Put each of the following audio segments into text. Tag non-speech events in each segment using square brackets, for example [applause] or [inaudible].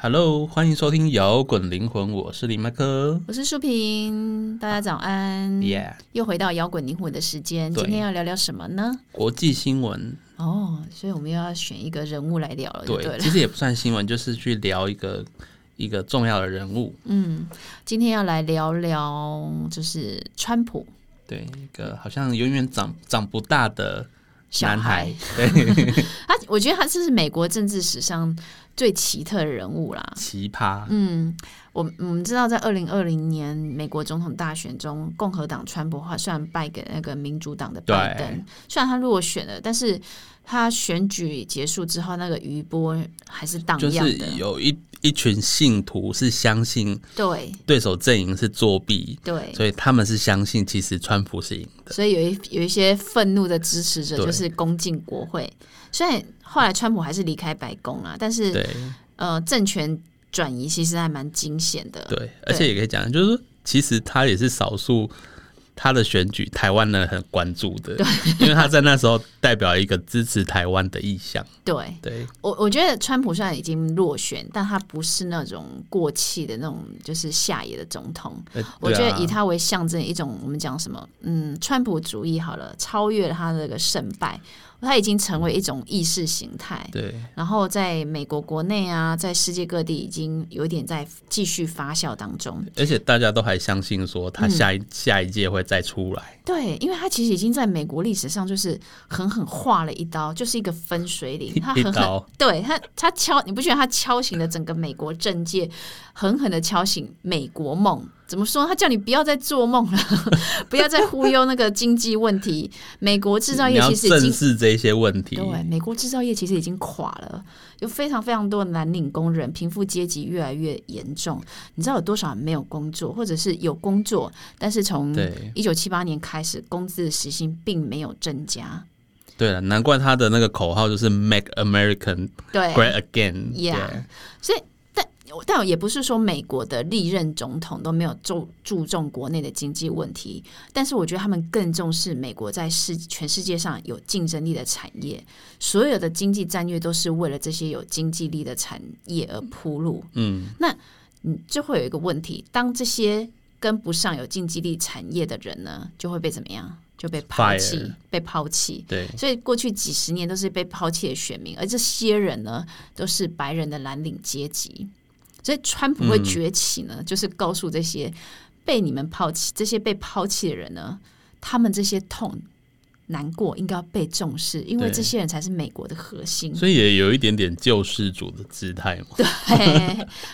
Hello，欢迎收听摇滚灵魂，我是李麦克。我是舒平，大家早安。 Yeah，又回到摇滚灵魂的时间，对今天要聊聊什么呢？国际新闻，哦，所以我们又要选一个人物来聊了，就对，哦对了。其实也不算新闻，就是去聊一个一个重要的人物，嗯，今天要来聊聊就是川普对，一个好像永远长长不大的小男孩孩，，对，他我觉得他这是美国政治史上最奇特的人物啦。奇葩，嗯，我我们知道，在二零二零年美国总统大选中，共和党川普话虽然败给那个民主党的拜对登，虽然他落选了，但是他选举结束之后，那个余波还是荡就漾是的。有一一群信徒是相信对对手阵营是作弊，对，所以他们是相信其实川普是赢的，所以有一有一些愤怒的支持者对就是攻进国会。虽然后来川普还是离开白宫啦，但是对呃，政权转移其实还蛮惊险的。对，而且也可以讲，就是说其实他也是少数。他的选举，台湾人很关注的， [laughs] 因为他在那时候代表一个支持台湾的意向。对对，我我觉得川普虽然已经落选，但他不是那种过气的那种，就是下野的总统。呃我对觉得啊以他为象征，一种我们讲什么，嗯，川普主义好了，超越了他的这个胜败，他已经成为一种意识形态。对然后在美国国内啊，在世界各地已经有点在继续发酵当中。而且大家都还相信说嗯他下一、下一届会再出来，对，因为他其实已经在美国历史上就是狠狠划了一刀，就是一个分水岭。他 [laughs] 一狠狠刀对他，他敲，你不觉得他敲醒了整个美国政界，狠狠的敲醒美国梦？怎么说？他叫你不要再做梦了， [laughs] 不要再忽悠那个经济问题。美国制造你业要其实已正经视这些问题。对，美国制造业其实已经垮了，有非常非常多的蓝领工人，贫富阶级越来越严重。你知道有多少人没有工作，或者是有工作，但是从对一九七八年开始，工资的时薪并没有增加。对了，难怪他的那个口号就是 “Make American 对， Great Again”。 Yeah 但也不是说美国的历任总统都没有注注重国内的经济问题，但是我觉得他们更重视美国在世全世界上有竞争力的产业，所有的经济战略都是为了这些有经济力的产业而铺路。嗯，那嗯，就会有一个问题，当这些跟不上有经济力产业的人呢，就会被怎么样？就被抛弃 Fire，被抛弃。对所以过去几十年都是被抛弃的选民，而这些人呢，都是白人的蓝领阶级。所以川普嗯会崛起呢，就是告诉这些被你们抛弃、这些被抛弃的人呢，他们这些痛、难过应该要被重视，因为对这些人才是美国的核心。 [laughs] 所以也有一点点救世主的姿态嘛。对，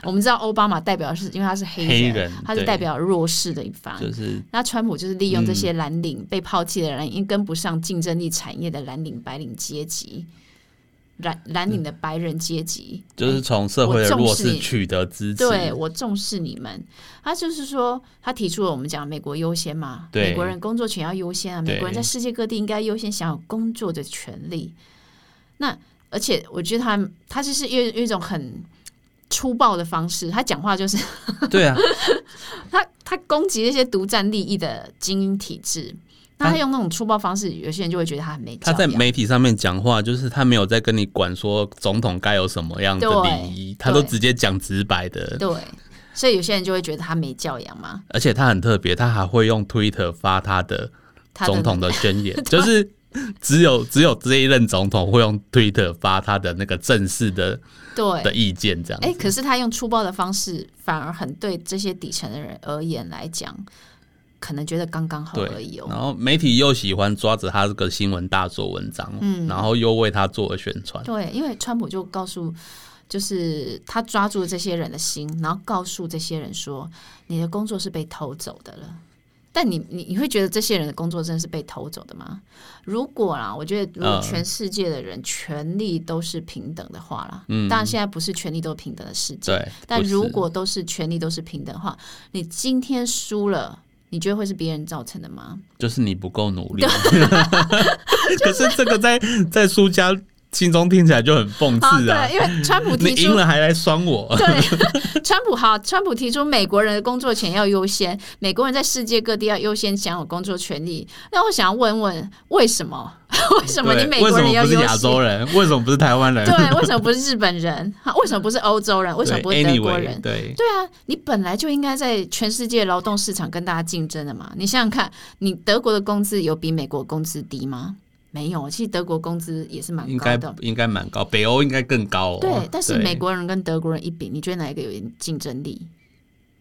我们知道奥巴马代表的是因为他是黑黑人，人他是对代表弱势的一方。就是那川普就是利用这些嗯蓝领、被抛弃的蓝领，跟不上竞争力产业的蓝领白领阶级，蓝蓝领的白人阶级，就是从社会的我重弱视势你取得支持。对我重视你们。他就是说，他提出了我们讲美国优先嘛，对美国人工作权要优先啊，对美国人在世界各地应该优先享有工作的权利。那而且我觉得他他就是有有一种很粗暴的方式，他讲话就是对啊，他他攻击那些独占利益的精英体制，那他用那种粗暴方式，有些人就会觉得他很没教啊他在养。媒体上面讲话，就是他没有在跟你管说总统该有什么样的对礼仪，他都对直接讲直白的。对，所以有些人就会觉得他没教养嘛。而且他很特别，他还会用 Twitter 发他的他总统的的宣 [laughs] 言，就是只有只有这一任总统会用 Twitter 发他的那个正式的对，的意见，这样哎、可是他用粗暴的方式，反而很对这些底层的人而言来讲，可能觉得刚刚好而已对。哦。然后媒体又喜欢抓着他这个新闻大做文章，嗯然后又为他做了宣传，对，因为川普就告诉，就是他抓住这些人的心，然后告诉这些人说，你的工作是被偷走的了。但你你你会觉得这些人的工作真的是被偷走的吗？如果啦，我觉得如果嗯全世界的人权利都是平等的话啦，嗯，当然现在不是权利都平等的世界，对。但不是如果都是权利都是平等的话，你今天输了，你觉得会是别人造成的吗？ [laughs] 就是你不够努力，可是这个在在书家心中听起来就很讽啊，刺啊对，！因为川普你提赢出了还来酸我，对，川普好，川普提出美国人的工作权要优先，美国人在世界各地要优先享有工作权利。那我想要问问，为什么？ [laughs] 为什么对你美国为人什要么不优是亚先？洲人？为什么不是台湾人？对，为什么不是日本人？ [laughs] 哈为什么不是欧洲人？为什么不是对德 [laughs] 国 anyway，人？对，对啊，你本来就应该在全世界劳动市场跟大家竞争的嘛。你想想看，你德国的工资有比美国工资低吗？没有，其实德国工资也是蛮应高该的。应该蛮高，北欧应该更高哦。对，但是美国人跟德国人一比，你觉得哪一个有竞争力？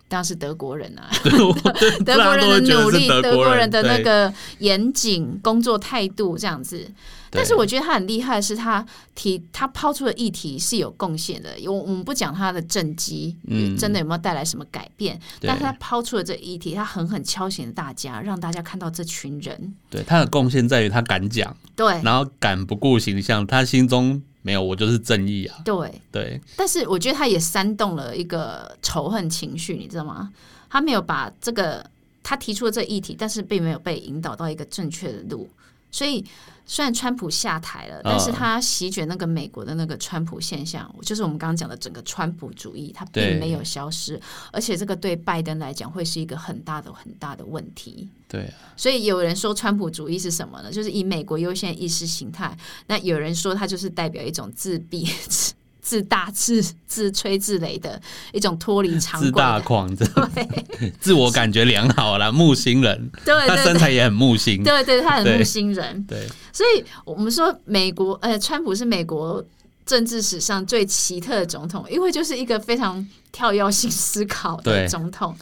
当然是德国人啊， [laughs] 对对 [laughs] 德大国家人都会的觉得努是力，德德国人的那对个严谨工作态度这样子。但是对我觉得他很厉害，的是他提他抛出的议题是有贡献的。因为我们不讲他的政绩，嗯真的有没有带来什么改变？对但是他抛出了这议题，他狠狠敲醒了大家，让大家看到这群人。对他的贡献在于他敢讲，对然后敢不顾形象，他心中没有我就是正义啊。对，对，但是我觉得他也煽动了一个仇恨情绪，你知道吗？他没有把这个他提出的这议题，但是并没有被引导到一个正确的路。所以虽然川普下台了，但是他席卷那个美国的那个川普现象，就是我们刚刚讲的整个川普主义，它对并没有消失，而且这个对拜登来讲会是一个很大的很大的问题。对啊，所以有人说川普主义是什么呢？就是以美国优先意识形态。那有人说它就是代表一种自闭、 [laughs] 自自大、自自吹自擂的一种 [laughs] 脱离常自规大的。狂，真 [laughs] 的 [laughs] 自我感觉良好啦，木星人，对他对身对材也很木星。对对，他很对木星人。对，所以我们说美国呃，川普是美国政治史上最奇特的总统，因为就是一个非常跳跃性思考的 [laughs] 对总统。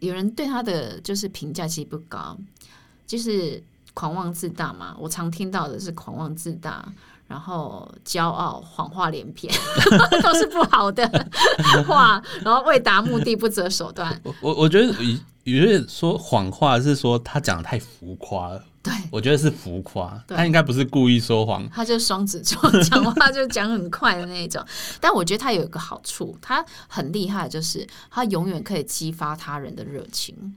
有人对他的就是评价其实不高，就是狂妄自大嘛。我常听到的是狂妄自大，然后骄傲、谎话连篇， [laughs] 都是不好的话。然后为达目的不择手段，我我我觉得有有些说谎话是说他讲的太浮夸了，对，我觉得是浮夸，对他应该不是故意说谎。他就是双子座，讲话就讲很快的那一种。但我觉得他有一个好处，他很厉害，就是他永远可以激发他人的热情。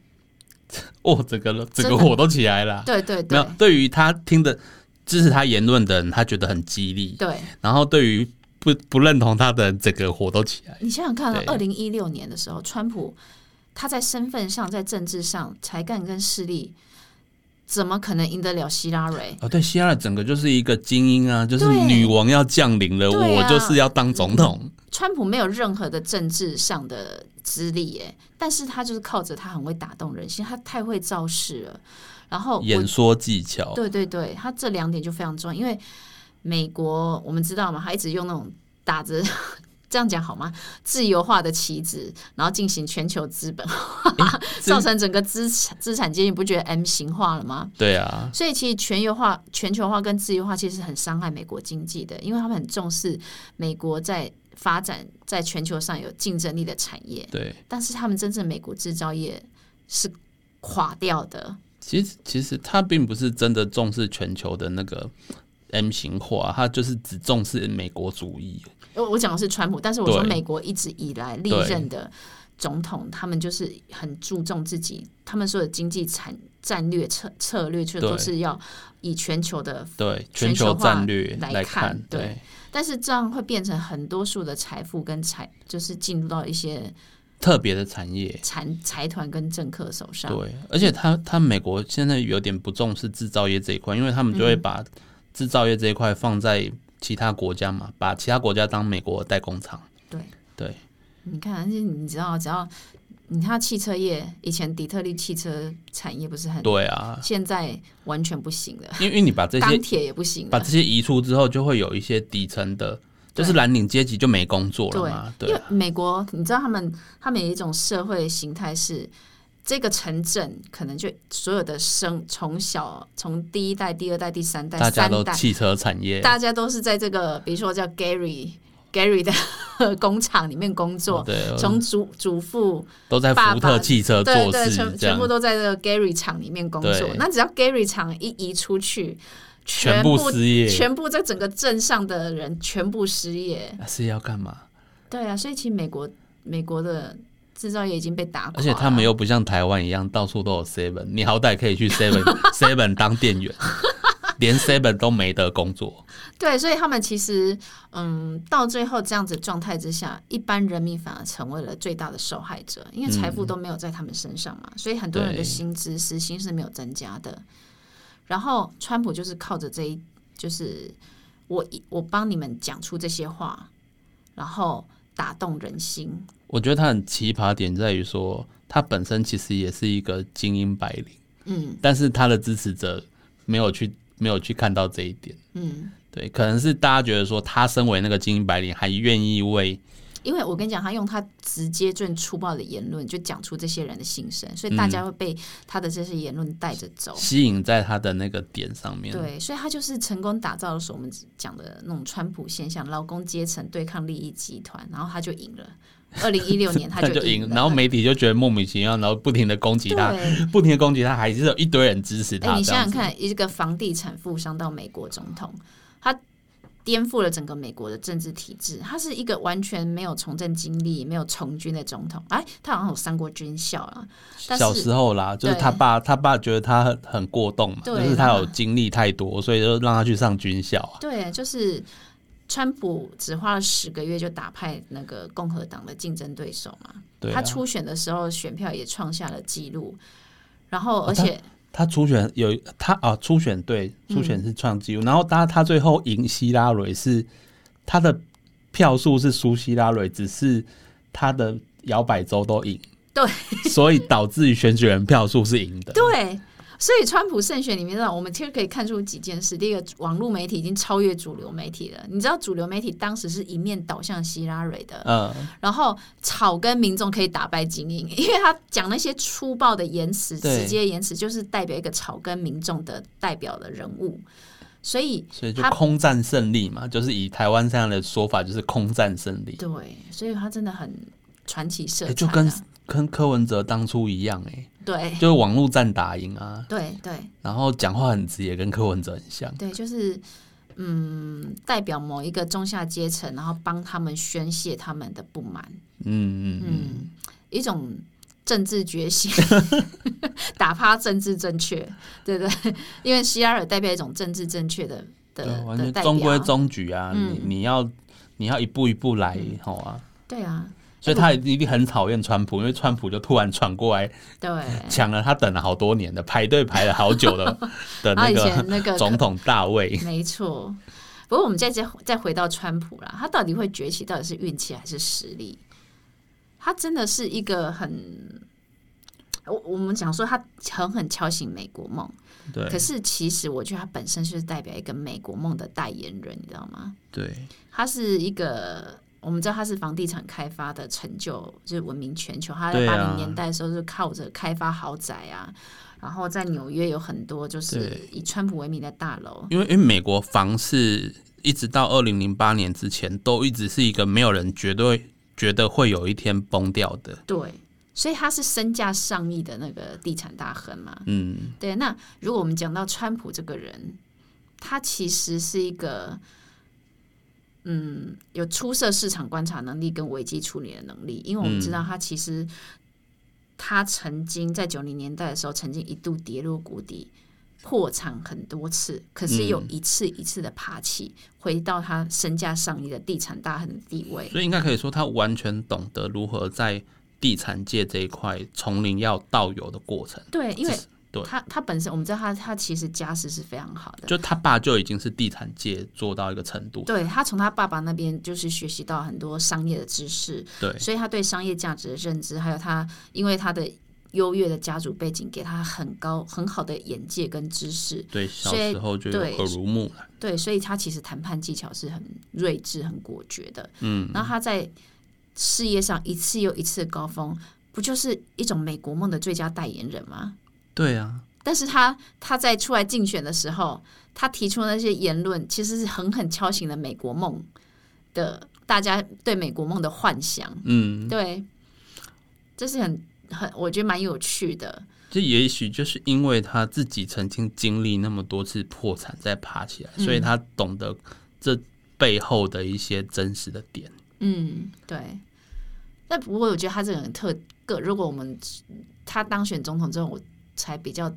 哦，整个整真的个火都起来了。对对没有对，对于他听的支持他言论的人，他觉得很激励；对然后对于不不认同他的人，整个火都起来。你想想看啊，对二零一六年的时候，川普他在身份上、在政治上、才干跟势力，怎么可能赢得了希拉蕊？哦，对，希拉里整个就是一个精英啊，就是对女王要降临了，对啊嗯我就是要当总统。川普没有任何的政治上的资历耶，但是他就是靠着他很会打动人心，他太会造势了。然后我演说技巧，对对对，他这两点就非常重要，因为美国我们知道嘛，他一直用那种打着 [laughs] 这样讲好吗？自由化的旗帜，然后进行全球资本化， [laughs] 这造成整个资产资产阶级，你不觉得 M 型化了吗？对啊，所以其实全球化、全球化跟自由化其实很伤害美国经济的，因为他们很重视美国在发展在全球上有竞争力的产业，对。但是他们真正美国制造业是垮掉的。其实其实他并不是真的重视全球的那个 M 型化，他就是只重视美国主义。我我讲的是川普，但是我说对美国一直以来历任的总统，他们就是很注重自己，他们所有经济产战略策策略，就对都是要以全球的，对全全球球化战略来来看看，对对但是这样会变成很多数的财富跟财，就是进入到一些特别的产业。财财团跟政客手上。对，而且他他美国现在有点不重视制造业这一块，因为他们嗯就会把制造业这一块放在其他国家嘛，把其他国家当美国的代工厂。你看，就是你知道，只要你看汽车业，以前底特律汽车产业不是很，对啊，现在完全不行了，因为因为你把这钢些铁也不行把了这。些移出之后，就会有一些底层的，就是蓝领阶级就没工作了嘛。因对为美国，你知道他们他们有一种社会形态是，这个城镇可能就所有的生从小从第一代、第二代、第三代、大家三都代，汽车产业，大家都是在这个比如说叫 Gary Gary 的 [laughs] 工厂里面工作，哦对，呃从祖祖父都在爸福爸特汽车做对对，事全这全样部。都在这个 Gary 厂里面工作对。那只要 Gary 厂一移出去，全部部失业全部在整个镇上的人全部失业。啊是要干嘛？对啊，所以其实美国美国的制造业已经被打垮了，而且他们又不 [laughs] 像台湾一样到处都有 seven，你好歹可以去 seven seven 当店员， [laughs] 连 Seven 都没得工作，对，所以他们其实，嗯，到最后这样子状态之下，一般人民反而成为了最大的受害者，因为财嗯富都没有在他们身上嘛，所以很多人的对薪资时薪是没有增加的。然后，川普就是靠着这一，就是我我帮你们讲出这些话，然后打动人心。我觉得他很奇葩点在于说，他本身其实也是一个精英白领，嗯但是他的支持者没有去没有去看到这一点。嗯，对，可能是大家觉得说，他身为那个精英白领，还愿意为因为我跟你讲，他用他直接最粗暴的言论就讲出这些人的心声，所以大家会被他的这些言论带着走。吸引在他的那个点上面。对，所以他就是成功打造了所我们讲的那种川普现象，劳工阶层对抗利益集团，然后他就赢了。二零一六年他他就赢赢，了，然后媒体就觉得莫名其妙，然后不停的攻击对，他，哎、 [laughs] 不停的攻击他，还是有一堆人支持他。你这想样想子。看，一个房地产富商到美国总统，他颠覆了整个美国的政治体制，他是一个完全没有从政经历、没有从军的总统。哎，他好像有上过军校啊，但小是时候啦，就是对他爸，他爸觉得他很很过动嘛，就对啊是他然后有经历太多，所以就让他去上军校啊。对，就是川普只花了十个月就打败那个共和党的竞争对手嘛。对啊他初选的时候选票也创下了纪录，然后哦而且、他初选有他啊，初选对初选嗯是创纪录，然后他他最后赢希拉蕊是他的票数是输希拉蕊，只是他的摇摆州都赢，对，所以导致于选举人票数是赢 [laughs] 的。对。所以，川普胜选里面呢，我们其实可以看出几件事。第一个，网络媒体已经超越主流媒体了。你知道，主流媒体当时是一面倒向希拉 [laughs] 蕊的，嗯，然后草根民众可以打败精英，因为他讲那些粗暴的言辞、对直接言辞，就是代表一个草根民众的代表的人物。所以，所以就他空战胜利嘛，就是以台湾这样的说法，就是空战胜利，对，所以他真的很传哎奇色彩啊、哎诶就跟跟柯文哲当初一样、欸，对就是网络战打赢啊，对对然后讲话很直，也跟柯文哲很像。对，就是嗯，代表某一个中下阶层，然后帮他们宣泄他们的不满，嗯嗯嗯，嗯，一种政治觉醒， [laughs] 打趴政治正确，对不对？因为希拉尔代表一种政治正确的的对，完的全代中规表，中矩啊，嗯你你要你要一步一步来，好、啊。对啊，所以他一定很讨厌川普，因为川普就突然闯过来对。抢了他等了好多年的排队排了好 [laughs] 久的的然后那啊以前个那 [laughs] 个总统大卫。没错。不过我们再再再回到川普啦，他到底会崛起，到底是运气还是实力？他真的是一个很，我我们讲说他狠狠敲醒美国梦，对可是其实我觉得他本身就是代表一个美国梦的代言人，你知道吗？对，他是一个。我们知道他是房地产开发的成就，就是闻名全球。他在对八啊零年代的时候是靠着开发豪宅啊，然后在纽约有很多就是对以川普为名的大楼。因为因为美国房市一直到二零零八年之前，都一直是一个没有人绝对觉得会有一天崩掉的。对，所以他是身价上亿的那个地产大亨嘛。嗯，对，那如果我们讲到川普这个人，他其实是一个。嗯，有出色市场观察能力跟危机处理的能力，因为我们知道他其嗯实、他曾经在九零年代的时候，曾经一度跌落谷底，破产很多次，可是嗯有一次一次的爬起，回到他身价上亿的地产大亨的地位。所以应该可以说，他完全懂得如何在地产界这一块从零要到有的过程。对，因这为是对他他本身我们知道他他其实家世是非常好的，就他爸就已经是地产界做到一个程度，对他从他爸爸那边就是学习到很多商业的知识，对，所以他对商业价值的认知，还有他因为他的优越的家族背景，给他很高很好的眼界跟知识，对，小所以时候就有对耳濡目染，对，所以他其实谈判技巧是很睿智、很果决的，嗯，然后他在事业上一次又一次的高峰，不就是一种美国梦的最佳代言人吗？对啊，但是他他在出来竞选的时候，他提出那些言论，其实是狠狠敲醒了美国梦的大家对美国梦的幻想。嗯，对，这是很很我觉得蛮有趣的。这也许就是因为他自己曾经经历那么多次破产再爬起来，嗯所以他懂得这背后的一些真实的点，嗯，对。但不过我觉得他这个人特个，如果我们他当选总统之后，我才比较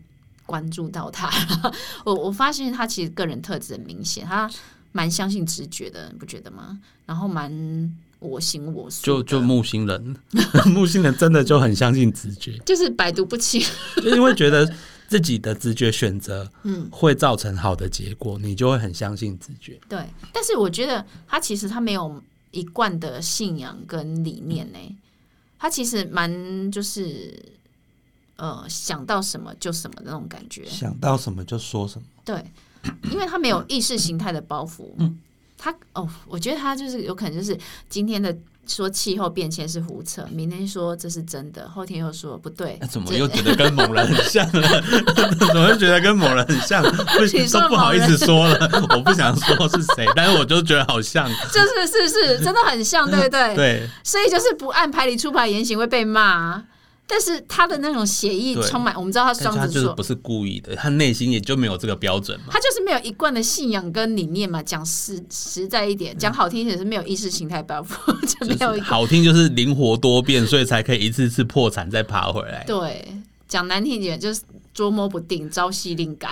关注到他。 [laughs] 我我发现他其实个人特质很明显，他蛮相信直觉的，你不觉得吗？然后蛮我行我素就的，就木星人， [laughs] 木星人真的就很相信直觉， [laughs] 就是百毒不侵。就是因为觉得自己的直觉选择，嗯，会造成好的结果，你就会很相信直觉。 [laughs] 对，但是我觉得他其实他没有一贯的信仰跟理念呢、他其实蛮就是呃想到什么就什么的那种感觉，想到什么就说什么，对，因为他没有意识形态的包袱，他哦，我觉得他就是有可能就是今天的。说气候变迁是胡扯，明天说这是真的，后天又说不对 [laughs] 那，怎么这又觉得跟某人很像了？ [laughs] 怎么又觉得跟某人很 [laughs] 像？不你行，说都不某好意人思说了，我不想说是 [laughs] 谁，但是我就觉得好像。就是是是，真的很像，对不对？对，所以就是不按牌理出牌言行会被骂啊、但是他的那种写意对充满，我们知道他是但是他双子就是座，不是故意的，他内心也就没有这个标准嘛。他就是没有一贯的信仰跟理念嘛。讲实实在一点，讲好听一点是没有意识形态包袱， [laughs] 就没嗯就有一是个好听就是灵活多变，所以才可以一次次破产再爬回来。对。讲难听一点就是捉摸不定，朝夕令 [laughs] 改，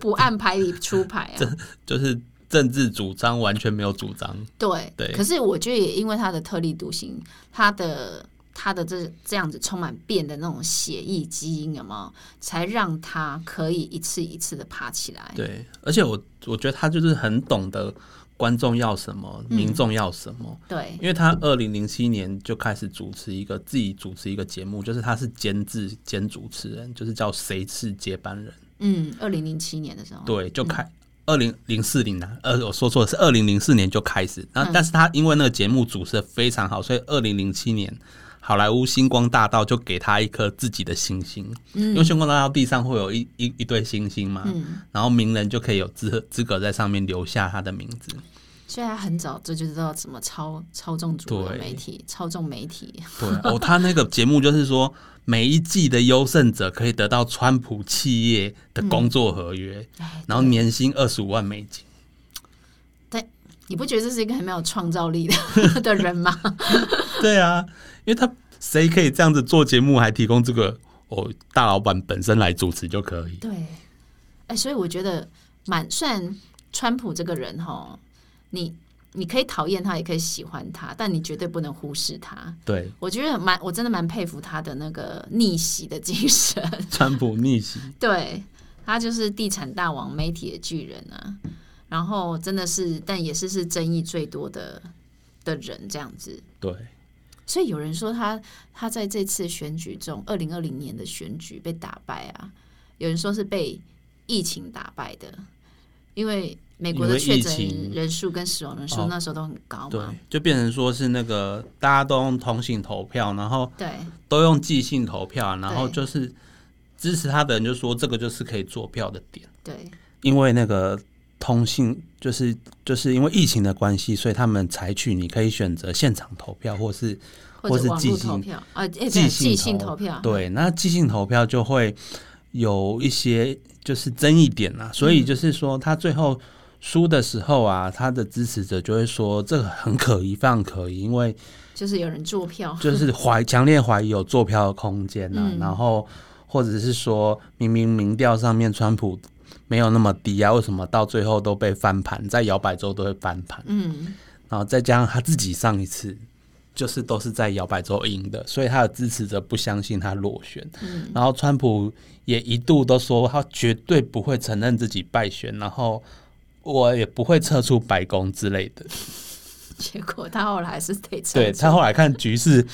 不按牌理出牌啊。就是政治主张完全没有主张，对，对可是我觉得也因为他的特立独行，他的他的这这样子充满变的那种血意基因，有没有？才让他可以一次一次的爬起来。对，而且我我觉得他就是很懂得观众要什么，民众要什么，对，因为他二零零七年就开始主持一个自己主持一个节目，就是他是监制兼主持人，就是叫谁是接班人，嗯，二零零七年的时候，对，就开。二零零四零啊，呃，我说错了，是二零零四年就开始。那、嗯但是他因为那个节目主持的非常好，所以二零零七年好莱坞星光大道就给他一颗自己的星星，因为嗯星光大道地上会有一一一堆星星嘛，嗯，然后名人就可以有资资格在上面留下他的名 [laughs] 字。所以他很早这就知道怎么操操纵主流对媒体，操纵媒体，对哦，他那个节目就是说，每一季的优胜者可以得到川普企业的工作合约，哎然后年薪二十五万美金。你不觉得这是一个很没有创造力的 [laughs] 的人吗？ [laughs] 对啊，因为他谁可以这样子做节目，还提供这个哦，大老板本身来主持就可以。对，哎、所以我觉得蛮，虽然川普这个人哈，你你可以讨厌他，也可以喜欢他，但你绝对不能忽视他。对，我觉得蛮，我真的蛮佩服他的那个逆袭的精神。川普逆袭，对他就是地产大王、媒体的巨人啊，然后真的是，但也是是争议最多的的人这样子。对，所以有人说他他在这次选举中，二零二零年的选举被打败啊，有人说是被疫情打败的，因为美国的因为确疫诊情人数跟死亡人数哦那时候都很高对嘛，，就变成说是那个大家都用同性投票，然后对都用即兴投票，然后对就是支持他的人就说这个就是可以做票的点，对因为那个通信就是就是因为疫情的关系，所以他们采取你可以选择现场投票或是或或是网即络兴投票啊，哎、对，即即兴投投票，对，那即兴投票就会有一些就是争议点啦，所以就是说他最后。输的时候啊，他的支持者就会说这个很可疑，非常可疑，因为就是有人做票，就是怀强烈怀疑有坐票的空间呐、嗯然后或者是说明明民调上面川普没有那么低啊，为什么到最后都被翻盘，在摇摆州都会翻盘？嗯，然后再加上他自己上一次就是都是在摇摆州赢的，所以他的支持者不相信他落选。嗯然后川普也一度都说他绝对不会承认自己败选，然后我也不会撤出白宫之类的。结果他后来还是得承对受他后来看局 [laughs] 势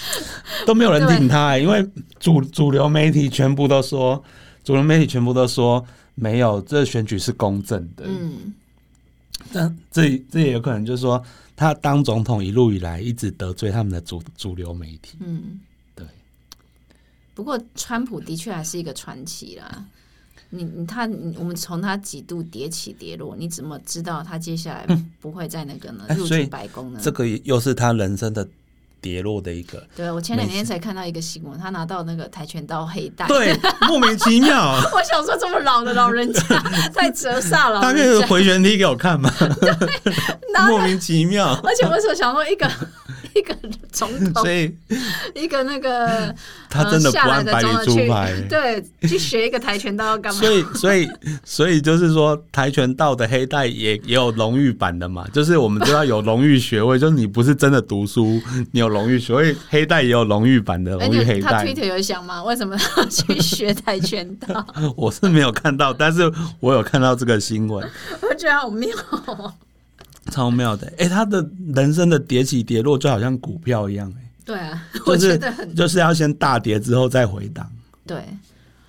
都没有人挺他、欸，因为主主流媒体全部都说，主流媒体全部都说没有，这选举是公正的。嗯，但这这也有可能就是说，他当总统一路以来一直得罪他们的主主流媒体。嗯，对。不过，川普的确还是一个传奇啦。你你他，你我们从他几度跌起跌落，你怎么知道他接下来不会在那个呢、嗯哎入所主以白宫呢？这个又是他人生的跌落的一个，对我前两每次天才看到一个新闻，他拿到那个跆拳道黑带。对，莫名其妙。 [laughs] 我想说，这么老的老 [laughs] 人家太折煞老他可人以家， [laughs] 回旋踢给我看吗？[laughs] 拿莫名其妙。 [laughs] 而且我所想说，一个一个总统， [laughs] 所以一个那 [laughs] 个呃他真的不下来按的牌总理统出去牌。对去学一个跆拳道要干嘛？所以，所以，所以就是说，跆拳道的黑带也也有荣誉版的嘛，就是我们都要有荣誉学位，就是你不是真的读书，你有荣誉学位，黑带也有荣誉版的而荣誉且黑他带。 Twitter 哎有想吗？为什么他要去学跆拳道？我是没有看到，但是我有看到这个新闻， [laughs] 我觉得好妙哦。超妙的。哎、他的人生的跌起跌落就好像股票一样、欸，对啊， [laughs] 我就觉是得很就是要先大跌之后再回档。对。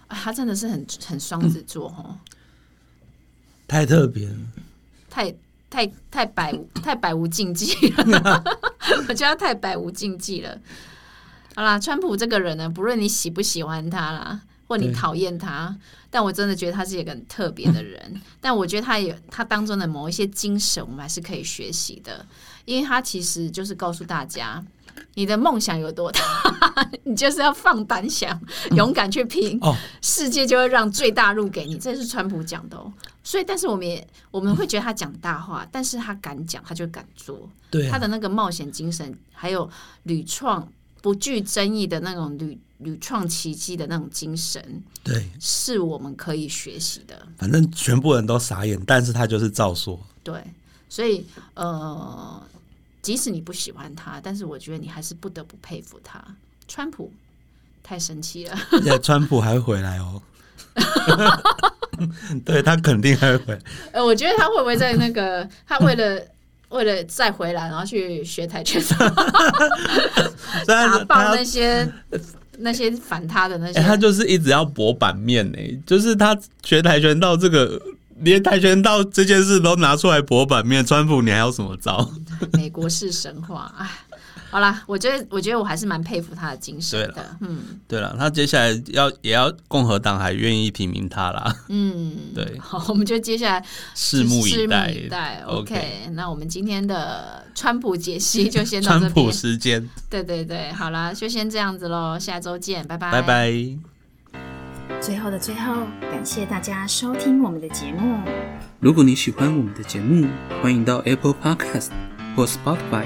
啊他真的是很很双子座哦，太特别了，太太太百无太百无禁忌了， [laughs] 我觉得他太百无禁忌了。好啦，川普这个人呢，不论你喜不喜欢他啦，或你对讨厌他，但我真的觉得他是一个很特别 [laughs] 的人。但我觉得他也他当中的某一些精神，我们还是可以学习的，因为他其实就是告诉大家，你的梦想有多大， [laughs] 你就是要放胆想，勇敢去拼，哦世界就会让最大路给你。这是川普讲的哦。所以，但是我们也我们会觉得他讲大话，但是他敢讲，他就敢做。对啊他的那个冒险精神，还有屡创不惧争议的那种屡屡创奇迹的那种精神，对，是我们可以学习的。反正全部人都傻眼，但是他就是照说。对，所以呃，即使你不喜欢他，但是我觉得你还是不得不佩服他。川普太神奇了， [laughs] 而且川普还会回来哦。 [laughs] 对他肯定还会回来，呃，我觉得他会不会在那个他为了为了再回来，然后去学跆拳道，虽然打是 [laughs] 爆他那些那些反他的那些哎、他就是一直要博版面呢、就是他学跆拳道这个，连跆拳道这件事都拿出来博版面，川普你还有什么招？ [laughs] [laughs] 美国式神话。哎，好啦，我觉得，我觉得我还是蛮佩服他的精神的。嗯对了，他接下来要也要共和党还愿意提名他啦，嗯，对好，我们就接下来拭目以待。拭目以待。 OK OK，那我们今天的川普解析就先到川这普边。时间，对对对，好啦，就先这样子喽，下周见，拜拜，拜拜。最后的最后，感谢大家收听我们的节目。如果你喜欢我们的节目，欢迎到 Apple Podcast 或 Spotify